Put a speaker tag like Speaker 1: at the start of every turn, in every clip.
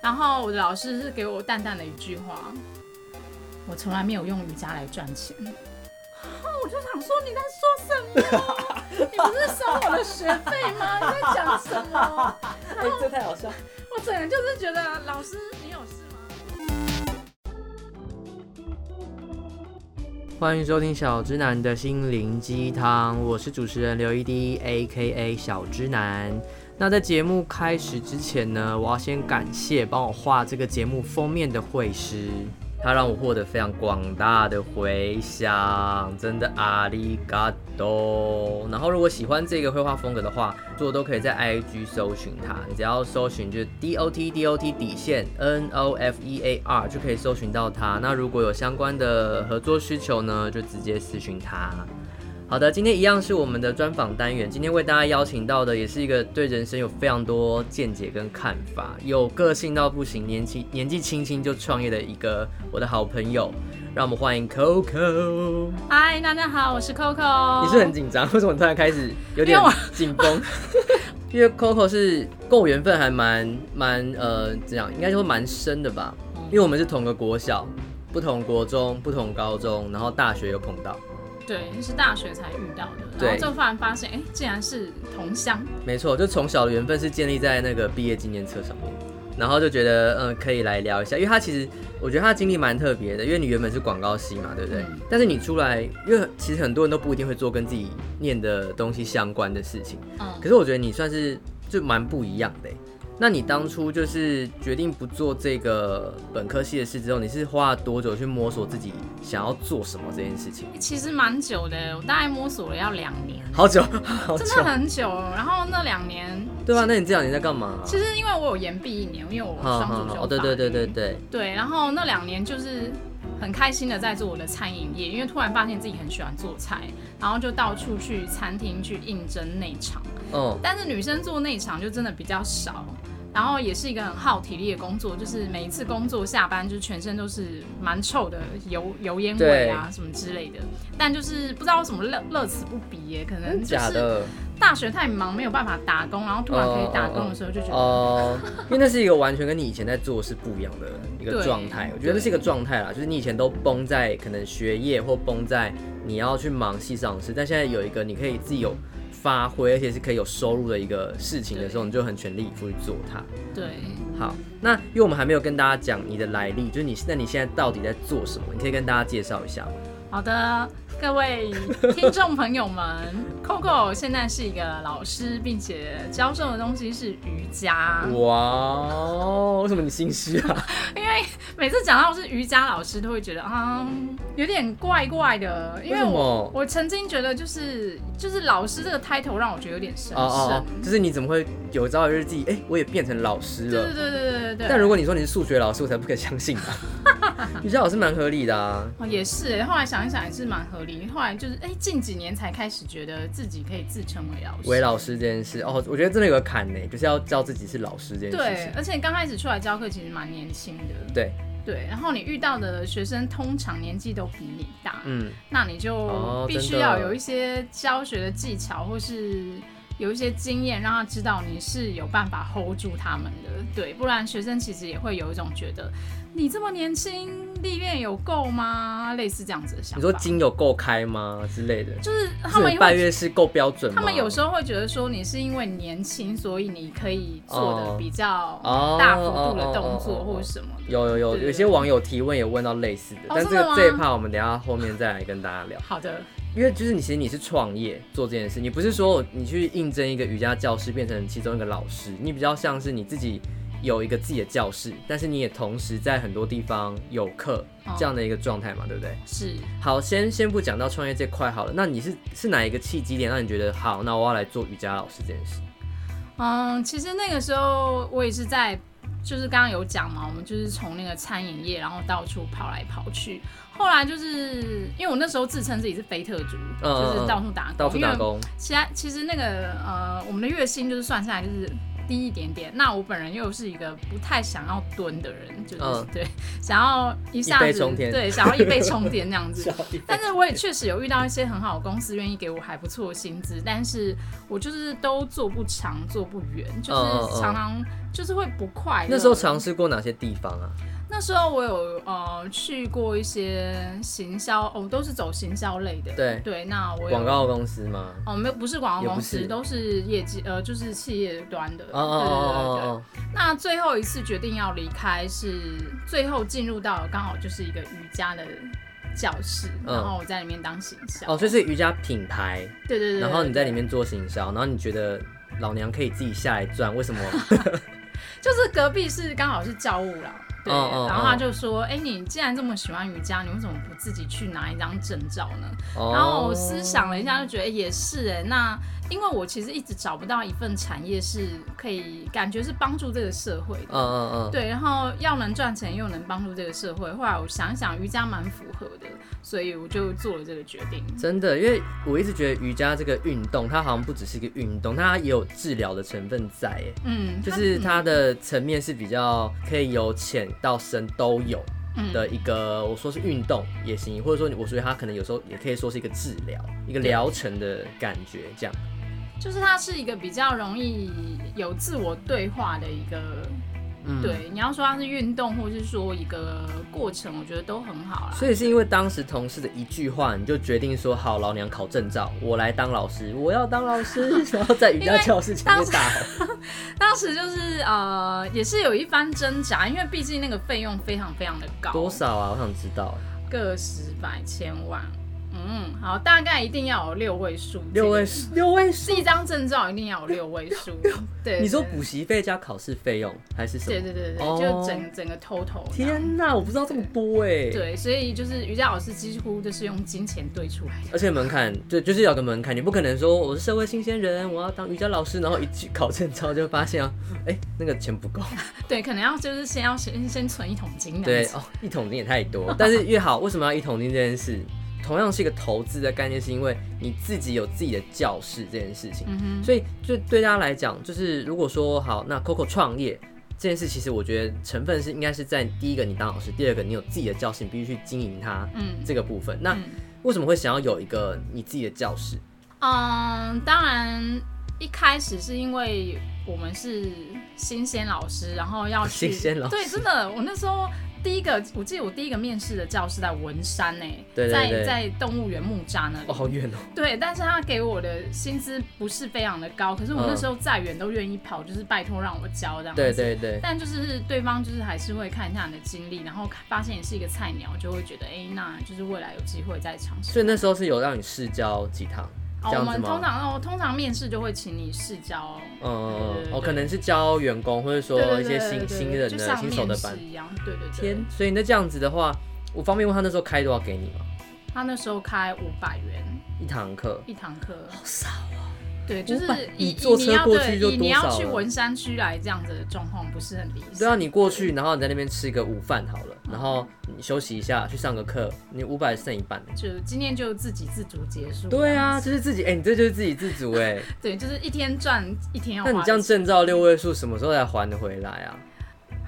Speaker 1: 然后我的老师是给我淡淡的一句话：“我从来没有用瑜伽来赚钱。”啊我就想说你在说什么？你不是收我的学费 吗？你在讲什么？
Speaker 2: 哎、这太好笑。
Speaker 1: 我整个就是觉得老师你有事吗？
Speaker 3: 欢迎收听小之男的心灵鸡汤，我是主持人刘一滴，A K A 小之男。那在节目开始之前呢，我要先感谢帮我画这个节目封面的绘师，他让我获得非常广大的回响，真的阿里嘎多。然后如果喜欢这个绘画风格的话，做都可以在 IG 搜寻它，你只要搜寻就是 D O T D O T 底线 N O F E A R 就可以搜寻到它。那如果有相关的合作需求呢，就直接私询他。好的，今天一样是我们的专访单元。今天为大家邀请到的也是一个对人生有非常多见解跟看法，有个性到不行，年纪年纪轻轻就创业的一个我的好朋友。让我们欢迎 Coco。
Speaker 1: 嗨，大家好，我是 Coco。
Speaker 3: 你是很紧张？为什么突然开始有点
Speaker 1: 因为
Speaker 3: 紧绷？因为 Coco 是跟我缘分还蛮蛮呃，怎样？应该说蛮深的吧。因为我们是同个国小、不同国中、不同高中，然后大学有碰到。
Speaker 1: 对，是大学才遇到的，
Speaker 3: 对
Speaker 1: 然后就忽然发现，哎、竟然是同乡。
Speaker 3: 没错，就从小的缘分是建立在那个毕业纪念册上面，然后就觉得嗯可以来聊一下，因为他其实我觉得他的经历蛮特别的，因为你原本是广告系嘛，对不对？
Speaker 1: 嗯
Speaker 3: 但是你出来，因为其实很多人都不一定会做跟自己念的东西相关的事情，
Speaker 1: 嗯
Speaker 3: 可，是我觉得你算是就蛮不一样的欸。那你当初就是决定不做这个本科系的事之后，你是花了多久去摸索自己想要做什么这件事情？
Speaker 1: 其实蛮久的，我大概摸索了要两年，
Speaker 3: 好久，好久
Speaker 1: 真，的很久。然后那两年，
Speaker 3: 对啊，那你这两年在干嘛？
Speaker 1: 其实因为我有延毕一年，因为我双主修法律
Speaker 3: 哦，对对对对对，
Speaker 1: 对，然后那两年就是很开心的在做我的餐饮业，因为突然发现自己很喜欢做菜，然后就到处去餐厅去应征内场，
Speaker 3: 哦，
Speaker 1: 但是女生做内场就真的比较少。然后也是一个很耗体力的工作，就是每一次工作下班就全身都是蛮臭的油油烟味啊什么之类的，但就是不知道为什么乐乐此不疲耶，可能就
Speaker 3: 假
Speaker 1: 是
Speaker 3: 的
Speaker 1: 大学太忙没有办法打工，然后突然可以打工的时候就觉得
Speaker 3: 哦，因为那是一个完全跟你以前在做是不一样的一个
Speaker 1: 对
Speaker 3: 状态，我觉得那是一个状态啦，就是你以前都绷在可能学业或绷在你要去忙系上的事，但现在有一个你可以自己有发挥，而且是可以有收入的一个事情的时候，
Speaker 1: 对
Speaker 3: 你就很全力以赴去做它。
Speaker 1: 对。
Speaker 3: 好，那因为我们还没有跟大家讲你的来历，就是你那你现在到底在做什么？你可以跟大家介绍一下吗？
Speaker 1: 好的，各位听众朋友们，Coco 现在是一个老师，并且教授的东西是瑜伽。
Speaker 3: 哇哦，为什么你心虚啊？
Speaker 1: 每次讲到是瑜伽老师，都会觉得啊、有点怪怪的，因
Speaker 3: 为
Speaker 1: 为
Speaker 3: 什
Speaker 1: 我
Speaker 3: 么？
Speaker 1: 我曾经觉得就是就是老师这个 title 让我觉得有点神圣。
Speaker 3: 哦哦哦，就是你怎么会有朝一日自己哎、我也变成老师
Speaker 1: 对对
Speaker 3: 了？
Speaker 1: 对对对对对。
Speaker 3: 但如果你说你是数学老师，我才不可相信吧。 瑜伽老师蛮合理的啊，
Speaker 1: 哦，也是耶，后来想一想也是蛮合理。后来就是，哎、近几年才开始觉得自己可以自称为老师。
Speaker 3: 为老师这件事哦，我觉得真的有个坎呢，就是要叫自己是老师这件事
Speaker 1: 对
Speaker 3: 情，。
Speaker 1: 而且刚开始出来教课其实蛮年轻的。
Speaker 3: 对，
Speaker 1: 对，然后你遇到的学生通常年纪都比你大，
Speaker 3: 嗯，
Speaker 1: 那你就
Speaker 3: 哦
Speaker 1: 必须
Speaker 3: 真的
Speaker 1: 要有一些教学的技巧，或是有一些经验，让他知道你是有办法 hold 住他们的。对，不然学生其实也会有一种觉得你这么年轻，历练有够吗？类似这样子的想
Speaker 3: 你
Speaker 1: 法。
Speaker 3: 说经有够开吗之类的？
Speaker 1: 就是他
Speaker 3: 是
Speaker 1: 们
Speaker 3: 你
Speaker 1: 也
Speaker 3: 拜
Speaker 1: 会。
Speaker 3: 月是够标准吗？
Speaker 1: 他们有时候会觉得说你是因为年轻，所以你可以做的
Speaker 3: 哦
Speaker 1: 比较
Speaker 3: 哦
Speaker 1: 大幅度的
Speaker 3: 哦哦
Speaker 1: 动
Speaker 3: 哦
Speaker 1: 作
Speaker 3: 哦
Speaker 1: 或什么的。
Speaker 3: 有有有，
Speaker 1: 对对
Speaker 3: 有些网友提问也问到类似的，
Speaker 1: 哦
Speaker 3: 但
Speaker 1: 真
Speaker 3: 这
Speaker 1: 的
Speaker 3: 个
Speaker 1: 吗
Speaker 3: 这一趴我们等一下后面再来跟大家聊。
Speaker 1: 好的，
Speaker 3: 因为就是你，其实你是创业做这件事，你不是说你去应征一个瑜伽教师变成其中一个老师，你比较像是你自己有一个自己的教室，但是你也同时在很多地方有课
Speaker 1: 哦
Speaker 3: 这样的一个状态嘛，对不对？
Speaker 1: 是。
Speaker 3: 好，先先不讲到创业这块好了，那你是是哪一个契机点让你觉得好，那我要来做瑜伽老师这件事？
Speaker 1: 嗯，其实那个时候我也是在，就是刚刚有讲嘛，我们就是从那个餐饮业，然后到处跑来跑去。后来就是因为我那时候自称自己是非特族，
Speaker 3: 嗯嗯
Speaker 1: 就是
Speaker 3: 嗯
Speaker 1: 到处打工，
Speaker 3: 到处打
Speaker 1: 因为
Speaker 3: 工，
Speaker 1: 其他其实那个呃，我们的月薪就是算下来就是低一点点。那我本人又是一个不太想要蹲的人，就是、
Speaker 3: 嗯
Speaker 1: 对，想要一下子
Speaker 3: 一杯冲天
Speaker 1: 对，想要一倍充电那样子。
Speaker 3: 笑一
Speaker 1: 但是我也确实有遇到一些很好的公司愿意给我还不错的薪资，但是我就是都做不长，做不远，就
Speaker 3: 嗯嗯嗯
Speaker 1: 是常常就是会不快乐。
Speaker 3: 那时候尝试过哪些地方啊？
Speaker 1: 那时候我有呃去过一些行销，哦，都是走行销类的。
Speaker 3: 对
Speaker 1: 对，那我有
Speaker 3: 广告公司吗？
Speaker 1: 哦，没有，不是广
Speaker 3: 也
Speaker 1: 告
Speaker 3: 不
Speaker 1: 公司，
Speaker 3: 是
Speaker 1: 都是业绩呃，就是企业端的。
Speaker 3: 哦哦
Speaker 1: 对对对对
Speaker 3: 哦
Speaker 1: 对
Speaker 3: 哦哦，
Speaker 1: 那最后一次决定要离开是最后进入到刚好就是一个瑜伽的教室，
Speaker 3: 嗯
Speaker 1: 然后我在里面当行销。
Speaker 3: 哦，所以是瑜伽品牌，
Speaker 1: 对对对对
Speaker 3: 然后你在里
Speaker 1: 对
Speaker 3: 面做行销，然后你觉得老娘可以自己下来赚，为什么？
Speaker 1: 就是隔壁是刚好是教务啦，对，
Speaker 3: 嗯嗯
Speaker 1: 然后他就说，哎、你既然这么喜欢瑜伽，你为什么不自己去拿一张证照呢？
Speaker 3: 哦
Speaker 1: 然后我思想了一下，就觉得、诶也是哎、那因为我其实一直找不到一份产业是可以感觉是帮助这个社会的。
Speaker 3: 嗯嗯嗯，
Speaker 1: 对，然后要能赚钱又能帮助这个社会，后来我想一想，瑜伽蛮符合的，所以我就做了这个决定。
Speaker 3: 真的，因为我一直觉得瑜伽这个运动，它好像不只是一个运动，它也有治疗的成分在，哎，
Speaker 1: 嗯，
Speaker 3: 就是
Speaker 1: 嗯
Speaker 3: 它的层面是比较可以由浅到深都有
Speaker 1: 嗯
Speaker 3: 的一个，我说是运动也行，或者说我觉得它可能有时候也可以说是一个治疗、一个疗程的感觉，这样。
Speaker 1: 就是它是一个比较容易有自我对话的一个
Speaker 3: 嗯，
Speaker 1: 对，你要说它是运动，或是说一个过程，我觉得都很好啦。
Speaker 3: 所以是因为当时同事的一句话，你就决定说好，老娘考证照，我来当老 师，我要当老师，然后在瑜伽教室前面打吼。
Speaker 1: 当时就是呃，也是有一番挣扎，因为毕竟那个费用非常非常的高，
Speaker 3: 多少啊？我想知道，
Speaker 1: 个十百千万。嗯，好，大概一定要有六位数，
Speaker 3: 六位
Speaker 1: 数，
Speaker 3: 数，六位数。
Speaker 1: 是一张证照一定要有六位数。对，
Speaker 3: 你说
Speaker 1: 对
Speaker 3: 补习费加考试费用还是什
Speaker 1: 对
Speaker 3: 么？
Speaker 1: 对对对，
Speaker 3: 哦
Speaker 1: 就整整个 total 这样。
Speaker 3: 天哪，我不知道这么多哎。。
Speaker 1: 对，所以就是瑜伽老师几乎就是用金钱堆出来 的。
Speaker 3: 而且门槛，对，就是有个门槛，你不可能说我是社会新鲜人，我要当瑜伽老师，然后一去考证照就发现啊，哎、那个钱不够，
Speaker 1: 对，可能要就是先要先先存一桶金这样
Speaker 3: 对
Speaker 1: 子。
Speaker 3: 哦，一桶金也太多。 但是越好，为什么要一桶金这件事？同样是一个投资的概念，是因为你自己有自己的教室这件事情，
Speaker 1: 嗯哼，
Speaker 3: 所以就对大家来讲，就是如果说好，那 Coco 创业这件事，其实我觉得成分是应该是在第一个你当老师，第二个你有自己的教室，你必须去经营它
Speaker 1: 嗯
Speaker 3: 这个部分。那
Speaker 1: 嗯
Speaker 3: 为什么会想要有一个你自己的教室？
Speaker 1: 嗯，当然一开始是因为我们是新鲜老师，然后要去
Speaker 3: 新鲜老师
Speaker 1: 对，真的，我那时候第一个，我记得我第一个面试的教室在文山呢、
Speaker 3: 对对
Speaker 1: 在
Speaker 3: 对
Speaker 1: 在动物园木栅那里。
Speaker 3: 哦，好远哦。
Speaker 1: 对，但是他给我的薪资不是非常的高，可是我那时候再远都愿意跑，就是拜托让我教这样。
Speaker 3: 嗯对。对对，
Speaker 1: 但就是对方就是还是会看一下你的经历，然后发现你是一个菜鸟，就会觉得哎、那就是未来有机会再尝试。
Speaker 3: 所以那时候是有让你试教几堂
Speaker 1: 哦
Speaker 3: 这，
Speaker 1: 我
Speaker 3: 样子
Speaker 1: 们通
Speaker 3: 吗？
Speaker 1: 常哦，通常面试就会请你试教，
Speaker 3: 嗯嗯
Speaker 1: 对对
Speaker 3: 嗯，
Speaker 1: 对
Speaker 3: 哦，可能是教员工或者说
Speaker 1: 对对
Speaker 3: 一
Speaker 1: 对
Speaker 3: 些
Speaker 1: 对
Speaker 3: 新
Speaker 1: 对
Speaker 3: 新人
Speaker 1: 就
Speaker 3: 的
Speaker 1: 像
Speaker 3: 新手的
Speaker 1: 面
Speaker 3: 班
Speaker 1: 试。一样，对对对。
Speaker 3: 天，所以那这样子的话，我方便问他那时候开多少给你吗？
Speaker 1: 他那时候开五百元
Speaker 3: 一堂课？
Speaker 1: 一堂课，
Speaker 3: 少
Speaker 1: 对，就是
Speaker 3: 500
Speaker 1: 以
Speaker 3: 你坐车
Speaker 1: 以你要
Speaker 3: 过去
Speaker 1: 对
Speaker 3: 就
Speaker 1: 以你
Speaker 3: 多少
Speaker 1: 要去
Speaker 3: 了
Speaker 1: 文山区来这样子的状况不是很理想。
Speaker 3: 对啊，你过去，然后你在那边吃个午饭好
Speaker 1: 嗯
Speaker 3: 了，然后你休息一下，去上个课，你五百剩一半。
Speaker 1: 就今天就自给自足结束。
Speaker 3: 对，啊，就是自己，哎、你这就是自给自足 哎、
Speaker 1: 对，就是一天赚一天要花
Speaker 3: 那
Speaker 1: 的钱。
Speaker 3: 你这样证照六位数什么时候才还得回来啊？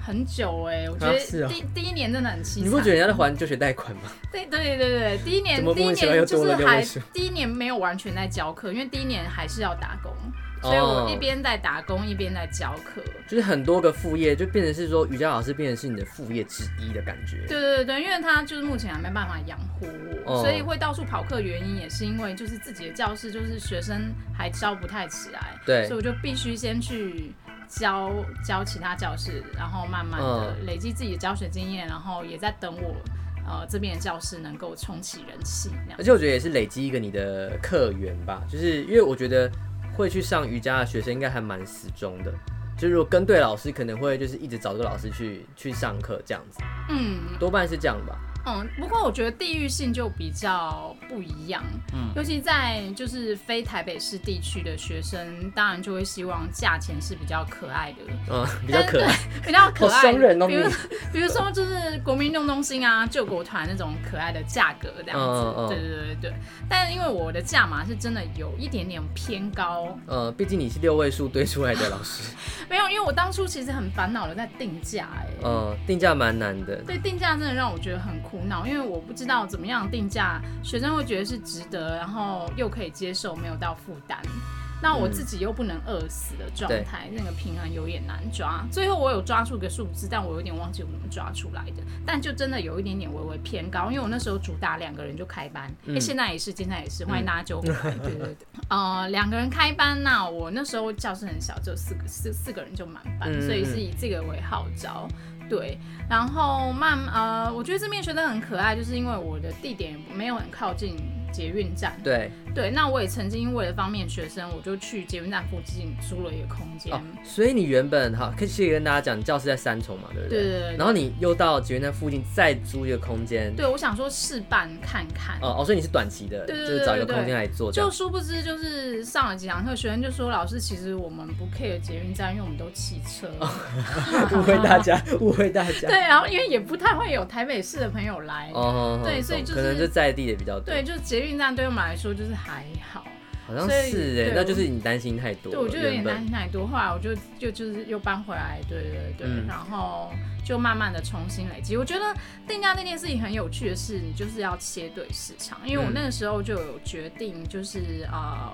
Speaker 1: 很久哎、我觉
Speaker 3: 啊是
Speaker 1: 得
Speaker 3: 啊
Speaker 1: 第、第一年真的很凄惨。啊
Speaker 3: 你不觉得人家在还就学贷款吗？
Speaker 1: 对对对对，第一年
Speaker 3: 怎么
Speaker 1: 第
Speaker 3: 莫
Speaker 1: 一
Speaker 3: 名其妙又
Speaker 1: 年
Speaker 3: 多
Speaker 1: 就
Speaker 3: 了
Speaker 1: 是
Speaker 3: 六位
Speaker 1: 还
Speaker 3: 数
Speaker 1: 第一年没有完全在教课，因为第一年还是要打工， 所以
Speaker 3: 哦
Speaker 1: 我一边在打工一边在教课。
Speaker 3: 就是很多个副业，就变成是说瑜伽老师变成是你的副业之一的感觉。
Speaker 1: 对对对对，因为他就是目前还没办法养活我，
Speaker 3: 哦
Speaker 1: 所以会到处跑课。原因也是因为就是自己的教室就是学生还教不太起来，
Speaker 3: 对
Speaker 1: 所以我就必须先去教教其他教室，然后慢慢的
Speaker 3: 嗯
Speaker 1: 累积自己的教学经验，然后也在等我呃这边的教室能够重启人气那样
Speaker 3: 而。且我觉得也是累积一个你的客源吧，就是因为我觉得会去上瑜伽的学生应该还蛮死忠的，就如果跟对老师，可能会就是一直找这个老师去去上课这样子，
Speaker 1: 嗯，
Speaker 3: 多半是这样吧。
Speaker 1: 嗯，不过我觉得地域性就比较不一样，嗯，尤其在就是非台北市地区的学生，当然就会希望价钱是比较可爱的，
Speaker 3: 嗯，比较可爱。
Speaker 1: 比较可
Speaker 3: 好
Speaker 1: 爱，
Speaker 3: 伤人哦
Speaker 1: 比如
Speaker 3: 你
Speaker 1: 比比如说就是国民运动中心啊、救国团那种可爱的价格这样子
Speaker 3: 嗯，嗯嗯
Speaker 1: 对对对对对。但因为我的价码是真的有一点点偏高，
Speaker 3: 呃，毕竟你是六位数堆出来的老师，
Speaker 1: 没有，因为我当初其实很烦恼的在定价、哎、
Speaker 3: 嗯，定价蛮难的。
Speaker 1: 对定价真的让我觉得很苦恼，因为我不知道怎么样定价，学生会觉得是值得，然后又可以接受，没有到负担。那
Speaker 3: 嗯
Speaker 1: 我自己又不能饿死的状态，那个平衡有点难抓。最后我有抓出个数字，但我有点忘记我怎么抓出来的，但就真的有一点点微微偏高，因为我那时候主打两个人就开班，哎、
Speaker 3: 嗯
Speaker 1: 现在也是，现在也是，欢迎大家就回来，对对对。呃，两个人开班那、我那时候教室很小，只有四个四四个人就满班，
Speaker 3: 嗯
Speaker 1: 所以是以这个为号召。对，然后慢呃，我觉得这边学生很可爱，就是因为我的地点没有很靠近捷运站。
Speaker 3: 对，
Speaker 1: 对，那我也曾经为了方便学生，我就去捷运站附近租了一个空间。
Speaker 3: 哦，所以你原本哈，可以先跟大家讲，你教室在三重嘛，对不
Speaker 1: 对
Speaker 3: 对？
Speaker 1: 对对对
Speaker 3: 然后你又到捷运站附近再租一个空间，
Speaker 1: 对，我想说试办看看。
Speaker 3: 哦哦，所以你是短期的，
Speaker 1: 对对
Speaker 3: 就是找一个
Speaker 1: 对对
Speaker 3: 空间来做这
Speaker 1: 就
Speaker 3: 样。
Speaker 1: 殊不知，就是上了几堂课，学生就说：“老师，其实我们不 care 捷运站，因为我们都骑车。
Speaker 3: 哦误会大家，误会大 家。
Speaker 1: 对，然后因为也不太会有台北市的朋友来，
Speaker 3: 哦，
Speaker 1: 对
Speaker 3: 懂
Speaker 1: 所以就是
Speaker 3: 可能就在地的比较多。
Speaker 1: 对，，就是捷运站对我们来说就是还好。
Speaker 3: 好像
Speaker 1: 所以
Speaker 3: 是哎
Speaker 1: 对，
Speaker 3: 那就是你担心太多了。
Speaker 1: 对，我就有点
Speaker 3: 原本
Speaker 1: 担心太多，后来我就就就是又搬回来，对对对，
Speaker 3: 嗯
Speaker 1: 然后就慢慢的重新累积。我觉得定价那件事情很有趣的是，你就是要切对市场，因为我
Speaker 3: 嗯
Speaker 1: 那个时候就有决定，就是呃。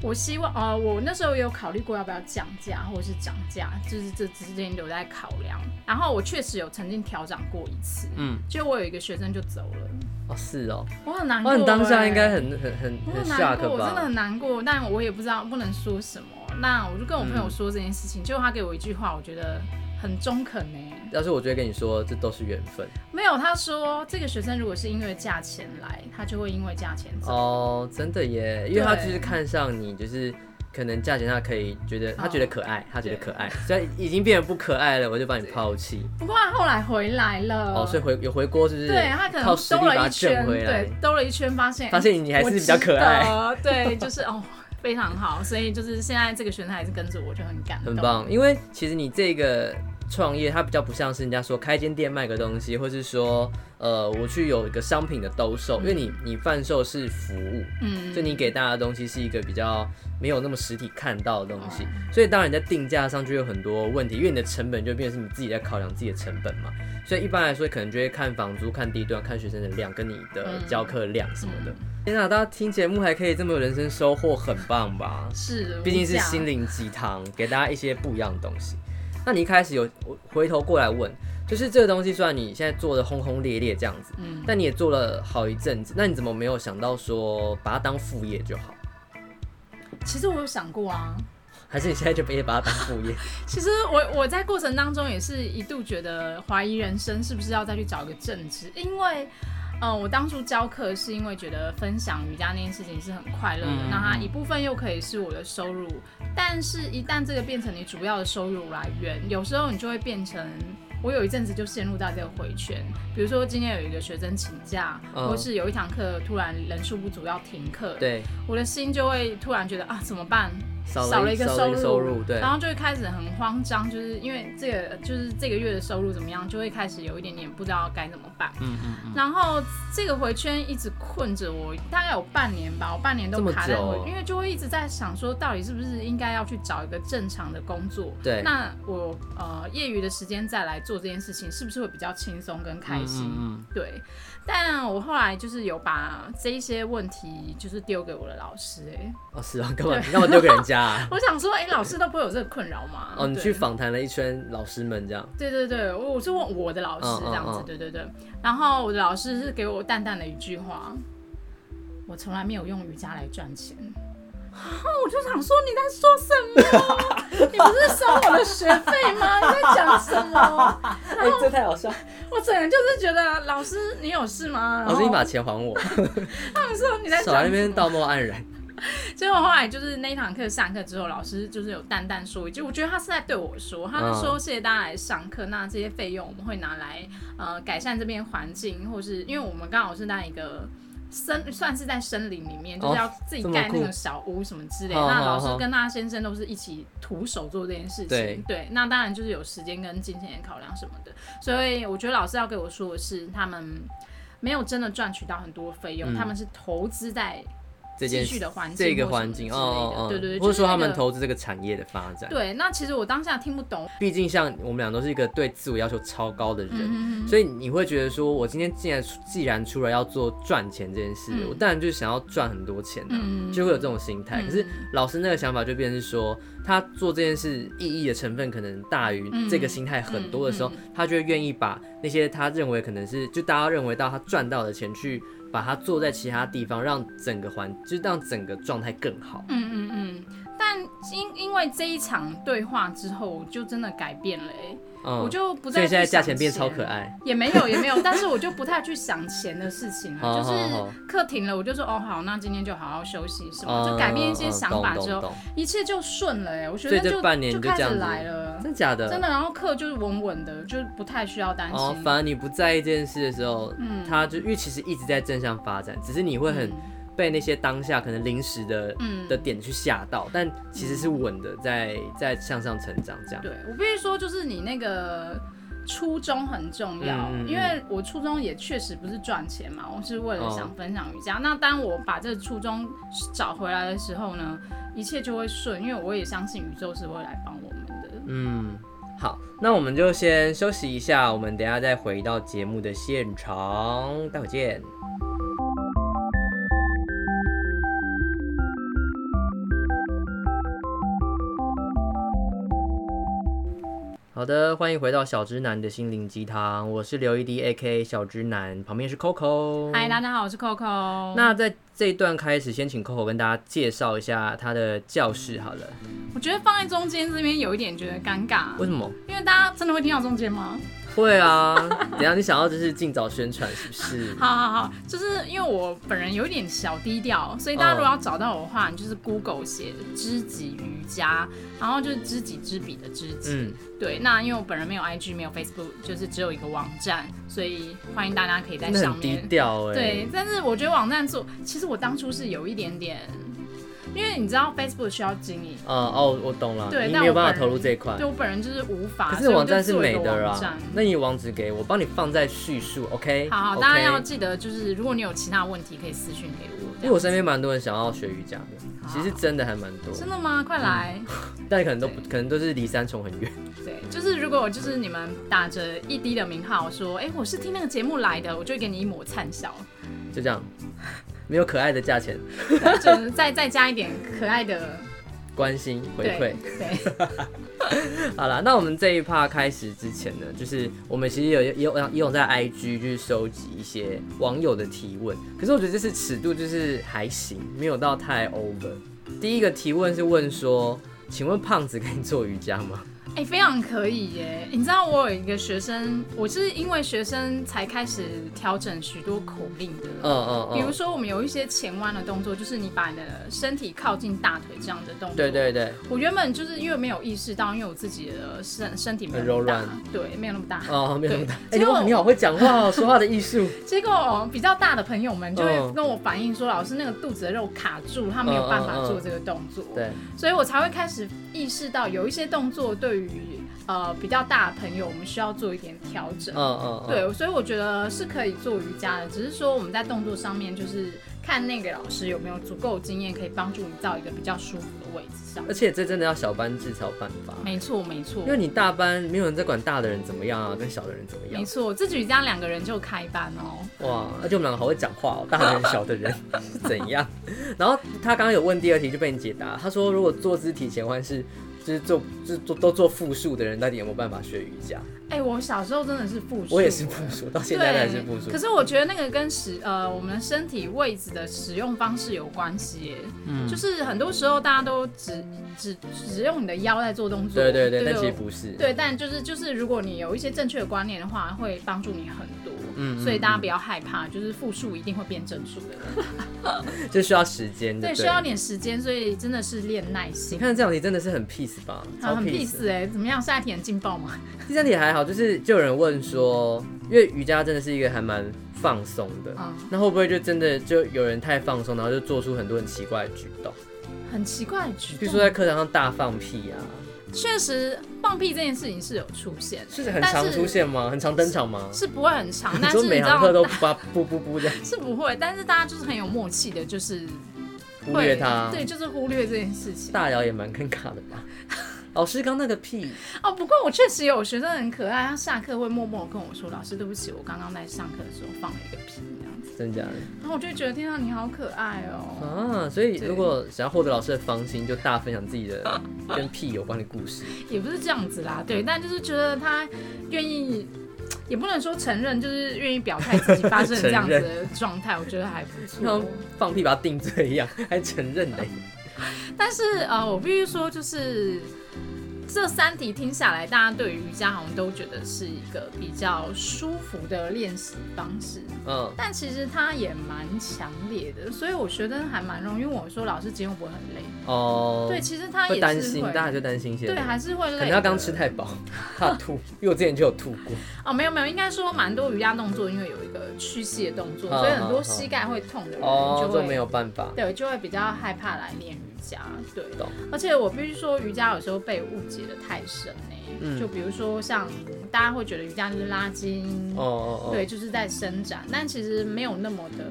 Speaker 1: 我希望，呃，我那时候也有考虑过要不要降价或者是涨价，就是这之间有在考量。然后我确实有曾经调整过一次，
Speaker 3: 嗯，
Speaker 1: 就我有一个学生就走了，
Speaker 3: 哦是哦，
Speaker 1: 我很难过、
Speaker 3: 哇，你当下应
Speaker 1: 欸
Speaker 3: 该很很很
Speaker 1: 我
Speaker 3: 很
Speaker 1: 很难过，
Speaker 3: shock
Speaker 1: 我真的
Speaker 3: 吧？
Speaker 1: 很难过，但我也不知道不能说什么。那我就跟我朋友说这件事
Speaker 3: 嗯
Speaker 1: 情，结果他给我一句话，我觉得很中肯呢、
Speaker 3: 要是我就会跟你说，这都是缘分
Speaker 1: 没有，他说这个学生如果是因为价钱来，他就会因为价钱走。
Speaker 3: 哦，真的耶，因为他
Speaker 1: 对
Speaker 3: 就是看上你，就是可能价钱他可以觉得他觉得
Speaker 1: 哦
Speaker 3: 可爱，他觉得可爱，虽然已经变得不可爱了，我就把你抛弃。
Speaker 1: 不过他后来回来了，
Speaker 3: 哦，所以回有回锅是不是？
Speaker 1: 对他可能
Speaker 3: 靠实力
Speaker 1: 兜
Speaker 3: 把
Speaker 1: 了
Speaker 3: 它
Speaker 1: 一
Speaker 3: 卷
Speaker 1: 圈，
Speaker 3: 回来
Speaker 1: 对。，兜了一圈发现哎
Speaker 3: 发现你还是比较可爱，
Speaker 1: 我值得对，就是哦，非常好。所以就是现在这个学生还是跟着我，就很感动，
Speaker 3: 很棒。因为其实你这个创业，它比较不像是人家说开间店卖个东西，或是说呃我去有一个商品的兜售，因为你你贩售是服务，
Speaker 1: 嗯，
Speaker 3: 就你给大家的东西是一个比较没有那么实体看到的东西，
Speaker 1: 哦
Speaker 3: 所以当然你在定价上就有很多问题，因为你的成本就变成是你自己在考量自己的成本嘛，所以一般来说可能就会看房租、看地段、看学生的量跟你的
Speaker 1: 嗯
Speaker 3: 教课量什么的。天啊哪，大家听节目还可以这么有人生收获，很棒吧？
Speaker 1: 是，
Speaker 3: 毕竟是
Speaker 1: 无价
Speaker 3: 心灵鸡汤，给大家一些不一样的东西。那你一开始有我回头过来问，就是这个东西虽然你现在做的轰轰烈烈这样子，
Speaker 1: 嗯
Speaker 3: 但你也做了好一阵子，那你怎么没有想到说把它当副业就好？
Speaker 1: 其实我有想过啊，
Speaker 3: 还是你现在就别把它当副 业？
Speaker 1: 其实我我在过程当中也是一度觉得怀疑人生是不是要再去找一个正职，因为，呃，我当初教课是因为觉得分享瑜伽那件事情是很快乐的，
Speaker 3: 嗯
Speaker 1: 那它一部分又可以是我的收入，但是一旦这个变成你主要的收入来源，有时候你就会变成。我有一阵子就陷入到这个回圈，比如说今天有一个学生请假，
Speaker 3: 嗯
Speaker 1: 或是有一堂课突然人数不足要停课，
Speaker 3: 对，
Speaker 1: 我的心就会突然觉得啊怎么办？
Speaker 3: 少了
Speaker 1: 少
Speaker 3: 一
Speaker 1: 一个
Speaker 3: 少了一
Speaker 1: 入，啊
Speaker 3: 个收入对
Speaker 1: 然后就会开始很慌张，就是因为这个就是这个月的收入怎么样，就会开始有一点点不知道该怎么办。
Speaker 3: 嗯嗯
Speaker 1: 然后这个回圈一直困着我，大概有半年吧，我半年都
Speaker 3: 这么
Speaker 1: 卡在
Speaker 3: 久
Speaker 1: 回
Speaker 3: 哦，
Speaker 1: 因为就会一直在想说，到底是不是应该要去找一个正常的工作？
Speaker 3: 对
Speaker 1: 那我呃业余的时间再来做这件事情，是不是会比较轻松跟开心？
Speaker 3: 嗯
Speaker 1: 对，但我后来就是有把这一些问题就是丢给我的老师、哎，
Speaker 3: 哦是啊，干嘛你干嘛丢给人家、 啊？
Speaker 1: 我想说，哎、老师都不会有这个困扰吗？
Speaker 3: 哦，你
Speaker 1: 对
Speaker 3: 去访谈了一圈老师们这样，
Speaker 1: 对对对，我我是问我的老
Speaker 3: 嗯
Speaker 1: 师
Speaker 3: 嗯
Speaker 1: 这样子，
Speaker 3: 嗯
Speaker 1: 对对对。然后我的老师是给我淡淡的一句话：“我从来没有用瑜伽来赚钱。”啊我就想说你在说什么？你不是收我的学费 吗？你在讲什么？
Speaker 3: 哎、这太好笑！
Speaker 1: 我整个就是觉得老师你有事吗？
Speaker 3: 老师，你把钱还我，
Speaker 1: 他们说哦 你在
Speaker 3: 少
Speaker 1: 讲
Speaker 3: 在那
Speaker 1: 什
Speaker 3: 边
Speaker 1: 么
Speaker 3: 道貌岸然。
Speaker 1: 结果后来就是那一堂课上课之后，老师就是有淡淡说一句，我觉得他是在对我说，他就
Speaker 3: 嗯
Speaker 1: 说谢谢大家来上课，那这些费用我们会拿来呃改善这边环境，或是因为我们刚好是在一个。森算是在森林里面，就
Speaker 3: 哦
Speaker 1: 是要自己
Speaker 3: 这么
Speaker 1: 盖那
Speaker 3: 酷
Speaker 1: 个小屋什么之类的。
Speaker 3: 好
Speaker 1: 那
Speaker 3: 好
Speaker 1: 老师
Speaker 3: 好
Speaker 1: 跟那先生都是一起徒手做这件事情，
Speaker 3: 对
Speaker 1: 那当然就是有时间跟金钱的考量什么的。所以我觉得老师要给我说的是，他们没有真的赚取到很多费用，
Speaker 3: 嗯
Speaker 1: 他们是投资在
Speaker 3: 这
Speaker 1: 继
Speaker 3: 件
Speaker 1: 续的环境
Speaker 3: 这个
Speaker 1: 或什么
Speaker 3: 环境，
Speaker 1: 之
Speaker 3: 哦
Speaker 1: 类
Speaker 3: 哦
Speaker 1: 的
Speaker 3: 哦，
Speaker 1: 对对对，
Speaker 3: 或
Speaker 1: 就
Speaker 3: 者
Speaker 1: 是
Speaker 3: 说他
Speaker 1: 那
Speaker 3: 们
Speaker 1: 个
Speaker 3: 投资这个产业的发展。
Speaker 1: 对。那其实我当下听不懂，
Speaker 3: 毕竟像我们俩都是一个对自我要求超高的人，
Speaker 1: 嗯
Speaker 3: 所以你会觉得说，我今天既然既然出来要做赚钱这件事，
Speaker 1: 嗯
Speaker 3: 我当然就想要赚很多钱、啊，
Speaker 1: 嗯
Speaker 3: 就会有这种心态。
Speaker 1: 嗯
Speaker 3: 可是老师那个想法就变成是说，他做这件事意义的成分可能大于
Speaker 1: 嗯
Speaker 3: 这个心态很多的时候，
Speaker 1: 嗯嗯
Speaker 3: 他就会愿意把那些他认为可能是就大家认为到他赚到的钱去。把它做在其他地方，让整个环，就是让整个状态更好。
Speaker 1: 嗯嗯嗯。但因因为这一场对话之后，我就真的改变了、欸，
Speaker 3: 嗯，
Speaker 1: 我就不
Speaker 3: 所
Speaker 1: 再
Speaker 3: 以
Speaker 1: 去
Speaker 3: 现在价
Speaker 1: 想
Speaker 3: 钱变超可爱。
Speaker 1: 也没有也没有，但是我就不太去想钱的事情
Speaker 3: 好
Speaker 1: 了，
Speaker 3: 好
Speaker 1: 就
Speaker 3: 好
Speaker 1: 是课停了，我就说哦好，那今天就好好休息什么，
Speaker 3: 嗯
Speaker 1: 就改变一
Speaker 3: 嗯
Speaker 1: 些
Speaker 3: 嗯
Speaker 1: 想
Speaker 3: 懂
Speaker 1: 法
Speaker 3: 懂
Speaker 1: 之后，
Speaker 3: 懂
Speaker 1: 一切就顺了哎，我觉
Speaker 3: 所
Speaker 1: 得
Speaker 3: 以这
Speaker 1: 就
Speaker 3: 半年你就
Speaker 1: 开
Speaker 3: 这样
Speaker 1: 始
Speaker 3: 子
Speaker 1: 来了，
Speaker 3: 真假的？
Speaker 1: 真的，然后课就是稳稳的，就不太需要担
Speaker 3: 哦，
Speaker 1: 心。
Speaker 3: 反而你不在意这件事的时候，
Speaker 1: 嗯
Speaker 3: 它就因为其实一直在正向发展，只是你会很
Speaker 1: 嗯
Speaker 3: 被那些当下可能临时的、
Speaker 1: 嗯
Speaker 3: 的点去吓到，但其实是稳的在在向上成长这样。
Speaker 1: 对我必须说，就是你那个初衷很重要，
Speaker 3: 嗯嗯嗯
Speaker 1: 因为我初衷也确实不是赚钱嘛，我是为
Speaker 3: 哦
Speaker 1: 了想分享瑜伽。那当我把这个初衷找回来的时候呢，一切就会顺，因为我也相信宇宙是会来帮我们的。
Speaker 3: 嗯，好，那我们就先休息一下，我们等一下再回到节目的现场，待会见。好的，欢迎回到小直男的心灵鸡汤，我是刘一迪 A K 小直男，旁边是 Coco。
Speaker 1: 嗨，大家好，我是 Coco。
Speaker 3: 那在这一段开始，先请 Coco 跟大家介绍一下他的教室好了。
Speaker 1: 我觉得放在中间这边有一点觉得尴尬，
Speaker 3: 为什么？
Speaker 1: 因为大家真的会听到中间吗？
Speaker 3: 会啊，等一下你想要就是尽早宣传是不是？
Speaker 1: 好好好，就是因为我本人有一点小低调，所以大家如果要找到我的话，你就是
Speaker 3: 嗯
Speaker 1: Google 写“知己瑜伽”，然后就是知己知彼的知己。
Speaker 3: 嗯，
Speaker 1: 对，那因为我本人没有 IG，没有 Facebook，就是只有一个网站，所以欢迎大家可以在
Speaker 3: 真的
Speaker 1: 上
Speaker 3: 很低
Speaker 1: 面。
Speaker 3: 调哎、
Speaker 1: 对，，但是我觉得网站做，其实我当初是有一点点，因为你知道 Facebook 需要经营，
Speaker 3: 呃哦，我懂了，
Speaker 1: 对
Speaker 3: 你
Speaker 1: 但
Speaker 3: 没有
Speaker 1: 我
Speaker 3: 办法
Speaker 1: 本
Speaker 3: 投入
Speaker 1: 人
Speaker 3: 这一块
Speaker 1: 对。我本人就是无法。
Speaker 3: 可是
Speaker 1: 所以我
Speaker 3: 网
Speaker 1: 就
Speaker 3: 站是
Speaker 1: 做一
Speaker 3: 美
Speaker 1: 个
Speaker 3: 的
Speaker 1: 网站
Speaker 3: 啦，那你网址给我，帮你放在叙述，OK？
Speaker 1: 好，
Speaker 3: OK
Speaker 1: 大家要记得，就是如果你有其他问题，可以私讯给我。这
Speaker 3: 因为
Speaker 1: 样
Speaker 3: 我身边蛮多人想要学瑜伽的，
Speaker 1: 好
Speaker 3: 其实真的还蛮多，
Speaker 1: 真的吗？快来！
Speaker 3: 但可能都不可能都是离三重很远。
Speaker 1: 对，就是如果就是你们打着一滴的名号说，哎、我是听那个节目来的，我就会给你一抹灿笑，
Speaker 3: 就这样，没有可爱的价钱，
Speaker 1: 就是再再加一点可爱的
Speaker 3: 关心回馈
Speaker 1: 对。对，
Speaker 3: 好啦，那我们这一趴开始之前呢，就是我们其实有也有也有在 IG 去收集一些网友的提问，可是我觉得这次尺度就是还行，没有到太 over。第一个提问是问说，请问胖子可以做瑜伽吗？
Speaker 1: 哎、非常可以耶！你知道我有一个学生，我是因为学生才开始调整许多口令的。
Speaker 3: 嗯嗯
Speaker 1: 比如
Speaker 3: 嗯，
Speaker 1: 说，我们有一些前弯的动作，就是你把你的身体靠近大腿这样的动作。
Speaker 3: 对对对，
Speaker 1: 我原本就是因为没有意识到，因为我自己的身身体没有
Speaker 3: 很
Speaker 1: 那么
Speaker 3: 柔
Speaker 1: 大
Speaker 3: 软，
Speaker 1: 对，没有那么大。
Speaker 3: 哦，没有那么大。哎、
Speaker 1: 对
Speaker 3: 你
Speaker 1: 结果
Speaker 3: 好，你好会讲话哦，说话的艺术。
Speaker 1: 结果比较大的朋友们就
Speaker 3: 嗯
Speaker 1: 会跟我反映说，老师那个肚子的肉卡住，他没有办法做这个动作，
Speaker 3: 对，
Speaker 1: 所以我才会开始意识到有一些动作对于呃比较大的朋友，我们需要做一点调整
Speaker 3: 嗯。嗯，嗯，
Speaker 1: 对，所以我觉得是可以做瑜伽的，只是说我们在动作上面就是看那个老师有没有足够的经验，可以帮助你到一个比较舒服的位置上
Speaker 3: 而。且这真的要小班制才有办法，
Speaker 1: 没错，没错
Speaker 3: 呃因，为你大班没有人在管大的人怎么样啊，跟小的人怎么样
Speaker 1: 没。错，自己瑜伽两个人就开班哦。
Speaker 3: 哇，而且我们两个好会讲话哦，大人小的 人是怎样？然后他刚刚有问第二题就被你解答，他说如果坐姿体前弯是就是做就是做都做复数的人，到底有没有办法学瑜伽？
Speaker 1: 哎、我小时候真的是复数，
Speaker 3: 我也是复数，到现在都还是复数
Speaker 1: 可。是我觉得那个跟使呃我们身体位置的使用方式有关系耶，
Speaker 3: 嗯
Speaker 1: 就是很多时候大家都只只只用你的腰在做动作，
Speaker 3: 对对对，但其实不是。
Speaker 1: 对，但就是就是如果你有一些正确的观念的话，会帮助你很多。
Speaker 3: 嗯
Speaker 1: 所以大家不要害怕，就是负数一定会变正数的。
Speaker 3: 这需要时间，
Speaker 1: 对，
Speaker 3: 对，
Speaker 1: 需要。点时间，所以真的是练耐
Speaker 3: 你
Speaker 1: 心。
Speaker 3: 看这两题真的是很 peace 吧，
Speaker 1: 啊，
Speaker 3: 超
Speaker 1: 很
Speaker 3: peace。
Speaker 1: peace 哎、怎么样？下一题很劲爆吗？
Speaker 3: 第三题还好，就是就有人问说，因为瑜伽真的是一个还蛮放松的，
Speaker 1: 嗯
Speaker 3: 那会不会就真的就有人太放松，然后就做出很多很奇怪的举动，
Speaker 1: 很奇怪的举
Speaker 3: 比如说
Speaker 1: 动。
Speaker 3: 在课堂上大放屁啊，
Speaker 1: 确实，放屁这件事情是有出现的，
Speaker 3: 是很
Speaker 1: 但
Speaker 3: 常出现吗？很常登场吗？
Speaker 1: 是不会很长，
Speaker 3: 你
Speaker 1: 但是
Speaker 3: 说
Speaker 1: 你知
Speaker 3: 每堂课
Speaker 1: 道
Speaker 3: 都叭 不不不这样
Speaker 1: 是不会，但是大家就是很有默契的，就是
Speaker 3: 忽
Speaker 1: 会
Speaker 3: 略它，
Speaker 1: 对，就是忽略这件事情。
Speaker 3: 大聊也蛮尴尬的 吧？老师刚那个屁，
Speaker 1: 哦，不过我确实有学生很可爱，他下课会默默地跟我说：“老师，对不起，我刚刚在上课的时候放了一个屁。”这样子，
Speaker 3: 真假的
Speaker 1: 然后我就觉得天啊，你好可爱哦。
Speaker 3: 啊？所以
Speaker 1: 对
Speaker 3: 如果想要获得老师的芳心，就大分享自 己的跟屁有关的故事。
Speaker 1: 也不是这样子啦，对，但就是觉得他愿意，也不能说承认，就是愿意表态自己发生这
Speaker 3: 承认
Speaker 1: 样子的状态，我觉得还不
Speaker 3: 像
Speaker 1: 错。
Speaker 3: 放屁把他定罪一样，还承认嘞、
Speaker 1: 但是呃，我必须说，就是这三题听下来，大家对于瑜伽好像都觉得是一个比较舒服的练习方式。
Speaker 3: 嗯，
Speaker 1: 但其实它也蛮强烈的，所以我学生还蛮容易。因为我说老师今天会不会很累？
Speaker 3: 哦，
Speaker 1: 对，，其实他也
Speaker 3: 会
Speaker 1: 是
Speaker 3: 担心，
Speaker 1: 会
Speaker 3: 大家就担心一些。
Speaker 1: 对，还是会累的。
Speaker 3: 可能他刚吃太饱，怕吐，因为我之前就有吐过。
Speaker 1: 哦，没有没有，应该说蛮多瑜伽动作，因为有一个屈膝的动作，
Speaker 3: 嗯
Speaker 1: 所以很
Speaker 3: 嗯
Speaker 1: 多
Speaker 3: 嗯
Speaker 1: 膝盖会痛的人
Speaker 3: 哦
Speaker 1: 就，
Speaker 3: 这
Speaker 1: 会
Speaker 3: 没有办法。
Speaker 1: 对，就会比较害怕来练瑜伽。对
Speaker 3: 懂，
Speaker 1: 而且我必须说，瑜伽有时候被误解的太深呢、
Speaker 3: 嗯
Speaker 1: 就比如说像大家会觉得瑜伽就是拉筋，
Speaker 3: 哦哦哦，
Speaker 1: 对，就是在伸展，但其实没有那么的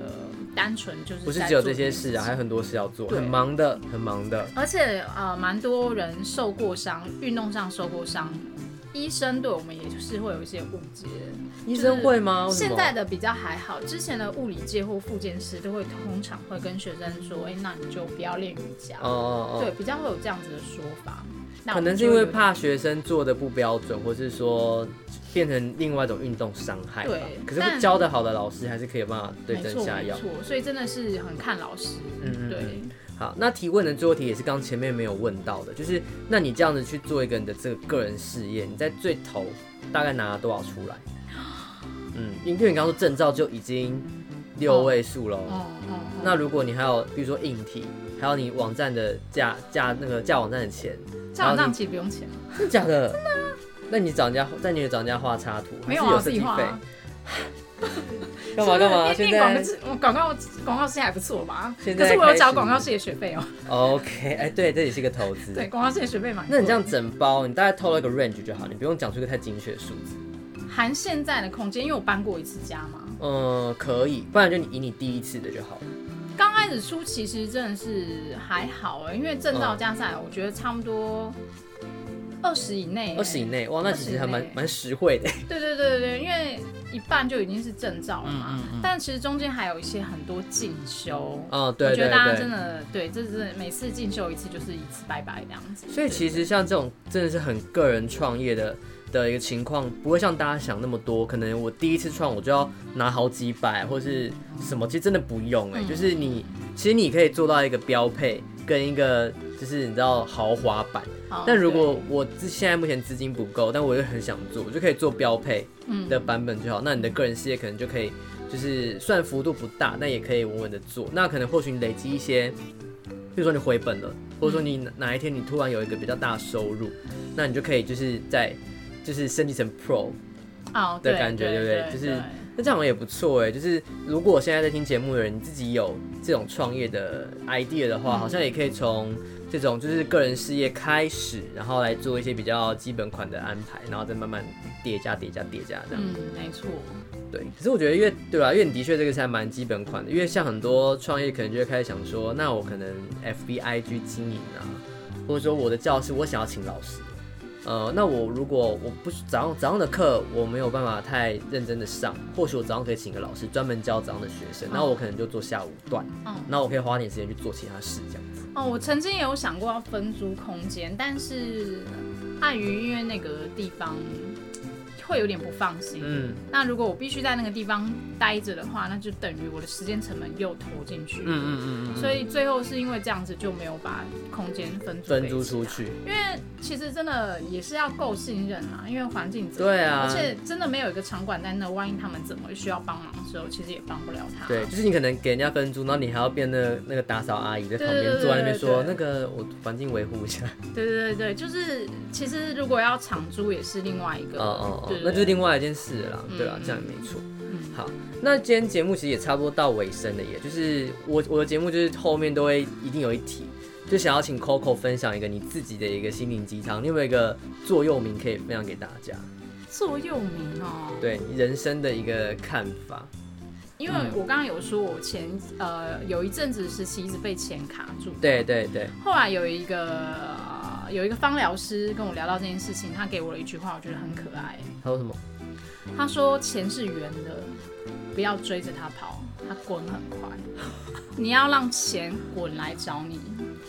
Speaker 1: 单纯，就是
Speaker 3: 不是
Speaker 1: 在
Speaker 3: 只有
Speaker 1: 做
Speaker 3: 这些
Speaker 1: 件
Speaker 3: 事啊，还有很多事要做，
Speaker 1: 对
Speaker 3: 很忙的，很忙的。
Speaker 1: 而且呃，蛮多人受过伤，运动上受过伤，医生对我们也就是会有一些误解。
Speaker 3: 医生会哦吗？为什么
Speaker 1: 现在的比较还好，之前的物理界或复健师都会通常会跟学生说，哎、那你就不要练瑜伽。
Speaker 3: 哦哦
Speaker 1: 对，比较会有这样子的说法。那我
Speaker 3: 哦，可
Speaker 1: 们
Speaker 3: 能是
Speaker 1: 就
Speaker 3: 因为
Speaker 1: 有点
Speaker 3: 怕学生做的不标准，或是说变成另外一种运动伤害吧。
Speaker 1: 对
Speaker 3: 可是会
Speaker 1: 但
Speaker 3: 教的好的老师还是可以有办法对
Speaker 1: 没
Speaker 3: 症
Speaker 1: 错
Speaker 3: 下
Speaker 1: 没
Speaker 3: 药。
Speaker 1: 错，所以真的是很看老师。
Speaker 3: 嗯嗯嗯
Speaker 1: 对，
Speaker 3: 好，那提问的最后一题也是刚前面没有问到的，就是那你这样子去做一个你的这个个人事业，你在最头大概拿了多少出来？嗯，因为你刚刚说证照就已经六位数喽。
Speaker 1: 哦哦，
Speaker 3: 那如果你还有比如说硬体，还有你网站的价价那个架网站的钱，
Speaker 1: 这
Speaker 3: 然
Speaker 1: 样
Speaker 3: 后你
Speaker 1: 这样其实不用钱，
Speaker 3: 真的假的？真的、啊那你找人家，在你有找人家画插图，还
Speaker 1: 没
Speaker 3: 是
Speaker 1: 有啊，
Speaker 3: 设
Speaker 1: 自
Speaker 3: 计
Speaker 1: 己画
Speaker 3: 费
Speaker 1: 啊。？
Speaker 3: 干嘛干嘛？
Speaker 1: 是
Speaker 3: 现
Speaker 1: 不是念念广
Speaker 3: 在
Speaker 1: 告系广告广告系还不错吧？
Speaker 3: 现
Speaker 1: 可
Speaker 3: 在
Speaker 1: 是我有
Speaker 3: 开
Speaker 1: 找
Speaker 3: 始
Speaker 1: 广告系的学费哦。
Speaker 3: OK，哎，对，这也是一个投资。
Speaker 1: 对，广告系的学费蛮贵。
Speaker 3: 嗯那你这样整包，你大概透露一个 range 就好，你不用讲出一个太精确的数字。
Speaker 1: 含现在的空间，因为我搬过一次家嘛。
Speaker 3: 嗯，可以，不然就你以你第一次的就好了。
Speaker 1: 刚开始出其实真的是还好哎、因为证
Speaker 3: 嗯
Speaker 1: 照加上来，我觉得差不多二十以内、
Speaker 3: 二十以。内，哇，那其实还蛮
Speaker 1: 20以内
Speaker 3: 蛮实惠的。
Speaker 1: 对对对对对，因为一半就已经是证照了嘛。
Speaker 3: 嗯嗯嗯
Speaker 1: 但其实中间还有一些很多进修。
Speaker 3: 嗯，对
Speaker 1: 我觉
Speaker 3: 对
Speaker 1: 得大家真
Speaker 3: 对。
Speaker 1: 的对，这是每次进修一次就是一次拜拜这样子。
Speaker 3: 所以其实像这种真的是很个人创业的的一个情况，不会像大家想那么多。可能我第一次创我就要拿好几百或是什么，其实真的不用哎、
Speaker 1: 嗯
Speaker 3: 就是你其实你可以做到一个标配跟一个就是你知道豪华版。
Speaker 1: 好
Speaker 3: 但如
Speaker 1: 哦对
Speaker 3: 果我自现在目前资金不够，但我又很想做，我就可以做标配
Speaker 1: 嗯
Speaker 3: 的版本就好。那你的个人事业可能就可以，就是虽然幅度不大，但也可以稳稳的做。那可能或许你累积一些，比如说你回本了，或者说
Speaker 1: 嗯
Speaker 3: 你哪哪一天你突然有一个比较大的收入，那你就可以就是在就是升级成 Pro。
Speaker 1: 哦
Speaker 3: 的
Speaker 1: 对
Speaker 3: 感觉
Speaker 1: 对
Speaker 3: 对不对就是那这样好像也不错哎，就是如果现在在听节目的人，你自己有这种创业的 idea 的话，好像也可以从这种就是个人事业开始，然后来做一些比较基本款的安排，然后再慢慢叠加、叠加、叠加这样。
Speaker 1: 嗯，没错。
Speaker 3: 对，可是我觉得因为对吧，因为你的确这个是还蛮基本款的，因为像很多创业可能就会开始想说，那我可能 FBIG 经营啊，或者说我的教室我想要请老师，呃，那我如果我不早上早上的课我没有办法太认真的上，或许我早上可以请个老师专门教早上的学生，那我可能就做下午段，
Speaker 1: 嗯
Speaker 3: 那我可以花点时间去做其他事这样子。
Speaker 1: 哦，我曾经也有想过要分租空间，但是碍于因为那个地方会有点不放心。
Speaker 3: 嗯
Speaker 1: 那如果我必须在那个地方待着的话，那就等于我的时间成本又投进去。
Speaker 3: 嗯嗯嗯嗯，
Speaker 1: 所以最后是因为这样子就没有把空间分租
Speaker 3: 分
Speaker 1: 给
Speaker 3: 租
Speaker 1: 其
Speaker 3: 出
Speaker 1: 他
Speaker 3: 去，
Speaker 1: 因为其实真的也是要够信任啊，因为环境怎么
Speaker 3: 对
Speaker 1: 样而
Speaker 3: 啊
Speaker 1: 且真的没有一个场馆在那，万一他们怎么需要帮忙的时候，其实也帮不了他。
Speaker 3: 对，就是你可能给人家分租，然后你还要变那那个打扫阿姨在旁
Speaker 1: 对对
Speaker 3: 边
Speaker 1: 对
Speaker 3: 坐在那边
Speaker 1: 对
Speaker 3: 说那
Speaker 1: 对
Speaker 3: 个我环境维护一下，
Speaker 1: 对对对对，就是其实如果要长租也是另外一个，
Speaker 3: 哦哦哦
Speaker 1: 对，
Speaker 3: 那就
Speaker 1: 对
Speaker 3: 是另外一件事了啦，
Speaker 1: 嗯
Speaker 3: 对啦，
Speaker 1: 嗯
Speaker 3: 这样也没错。
Speaker 1: 嗯
Speaker 3: 好，那今天节目其实也差不多到尾声了耶，就是我我的节目就是后面都会一定有一题，就想要请 Coco 分享一个你自己的一个心灵鸡汤，你有没有一个座右铭可以分享给大家？
Speaker 1: 座右铭哦。
Speaker 3: 对你人生的一个看法，
Speaker 1: 因为
Speaker 3: 嗯
Speaker 1: 我刚刚有说，我前呃有一阵子时期一直被钱卡住，
Speaker 3: 对对对，
Speaker 1: 后来有一个、呃有一个芳疗师跟我聊到这件事情，他给我了一句话，我觉得很可爱。
Speaker 3: 他说什么？
Speaker 1: 他说钱是圆的，不要追着它跑，它滚很快。你要让钱滚来找你，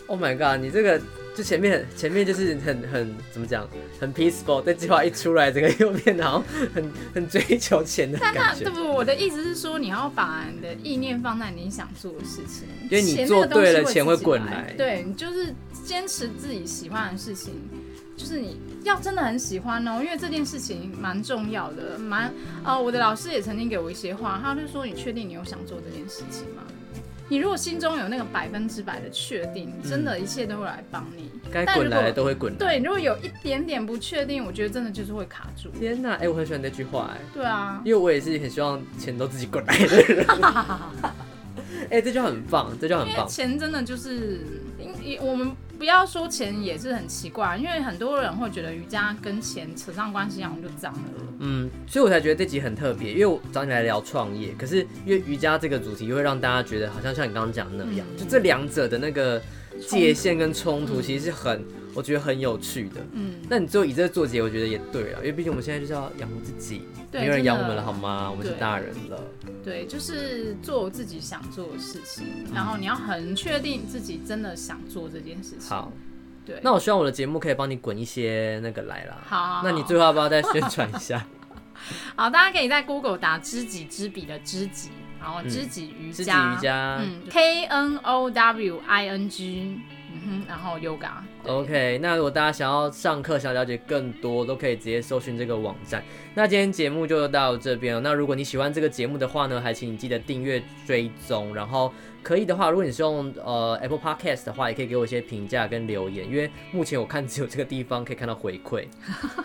Speaker 3: Oh my god！你这个就前面很前面就是很很怎么讲，很 peaceful，但计划一出来，整个又变得好像很很追求钱的
Speaker 1: 但那
Speaker 3: 感
Speaker 1: 对
Speaker 3: 觉。
Speaker 1: 不？我的意思是说，你要把你的意念放在你想做的事情，
Speaker 3: 因为你
Speaker 1: 钱
Speaker 3: 做
Speaker 1: 那个东西
Speaker 3: 对了钱会
Speaker 1: 自己
Speaker 3: 滚来
Speaker 1: 来。对你就是坚持自己喜欢的事情，就是你要真的很喜欢哦，因为这件事情蛮重要的，蛮呃，我的老师也曾经给我一些话，他就说：“你确定你有想做这件事情吗？”你如果心中有那个百分之百的确定，真
Speaker 3: 嗯
Speaker 1: 的一切都会来帮你。
Speaker 3: 该
Speaker 1: 但
Speaker 3: 滚
Speaker 1: 如
Speaker 3: 来的
Speaker 1: 果
Speaker 3: 都会滚来。
Speaker 1: 对，如果有一点点不确定，我觉得真的就是会卡住。
Speaker 3: 天呐，哎、我很喜欢这句话、哎，
Speaker 1: 对啊，
Speaker 3: 因为我也是很希望钱都自己滚来的人。 哎、这就很棒，这就很
Speaker 1: 因为
Speaker 3: 棒。
Speaker 1: 钱真的就是，因我们不要说钱也是很奇怪，啊因为很多人会觉得瑜伽跟钱扯上关系，然后就脏了。
Speaker 3: 嗯，所以我才觉得这集很特别，因为我找你来聊创业，可是因为瑜伽这个主题又会让大家觉得好像像你刚刚讲的那样，
Speaker 1: 嗯
Speaker 3: 就这两者的那个界限跟冲突，
Speaker 1: 嗯
Speaker 3: 其实是很、我觉得很有趣的。
Speaker 1: 嗯，
Speaker 3: 那你最后以这个做结，我觉得也对啊了，因为毕竟我们现在就是要养活自己，
Speaker 1: 对
Speaker 3: 没有人
Speaker 1: 真
Speaker 3: 养
Speaker 1: 的
Speaker 3: 我们了好吗？我们是
Speaker 1: 对
Speaker 3: 大人了。
Speaker 1: 对，就是做自己想做的事情，然后你要很确定自己真的想做这件事情。
Speaker 3: 好，
Speaker 1: 对，
Speaker 3: 那我希望我的节目可以帮你滚一些那个来啦。
Speaker 1: 好
Speaker 3: 那你最后要不要再宣传一下？
Speaker 1: 好，大家可以在 Google 打“知己知彼”的“知己”，然后“知己 瑜
Speaker 3: 嗯自己
Speaker 1: 伽”
Speaker 3: 瑜伽。
Speaker 1: 嗯，K N O W I N G，嗯哼，然后 Yoga，对
Speaker 3: OK，那如果大家想要上课、想了解更多，都可以直接搜寻这个网站。那今天节目就到这边了。那如果你喜欢这个节目的话呢，还请你记得订阅、追踪。然后可以的话，如果你是用呃 Apple Podcast 的话，也可以给我一些评价跟留言，因为目前我看只有这个地方可以看到回馈。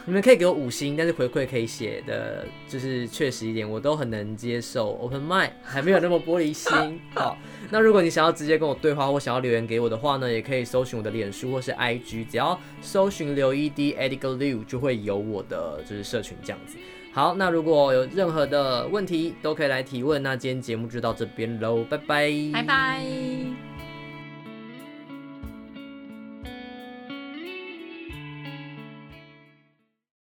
Speaker 3: 你们可以给我五星，但是回馈可以写的就是确实一点，我都很能接受。Open mind 还没有那么玻璃心。好，那如果你想要直接跟我对话或想要留言给我的话呢，也可以搜寻我的脸书或是 IG，只要搜寻刘一 D Edgar Liu 就会有我的就是社群这样子。好，那如果有任何的问题都可以来提问。那今天节目就到这边喽，拜拜，
Speaker 1: 拜拜。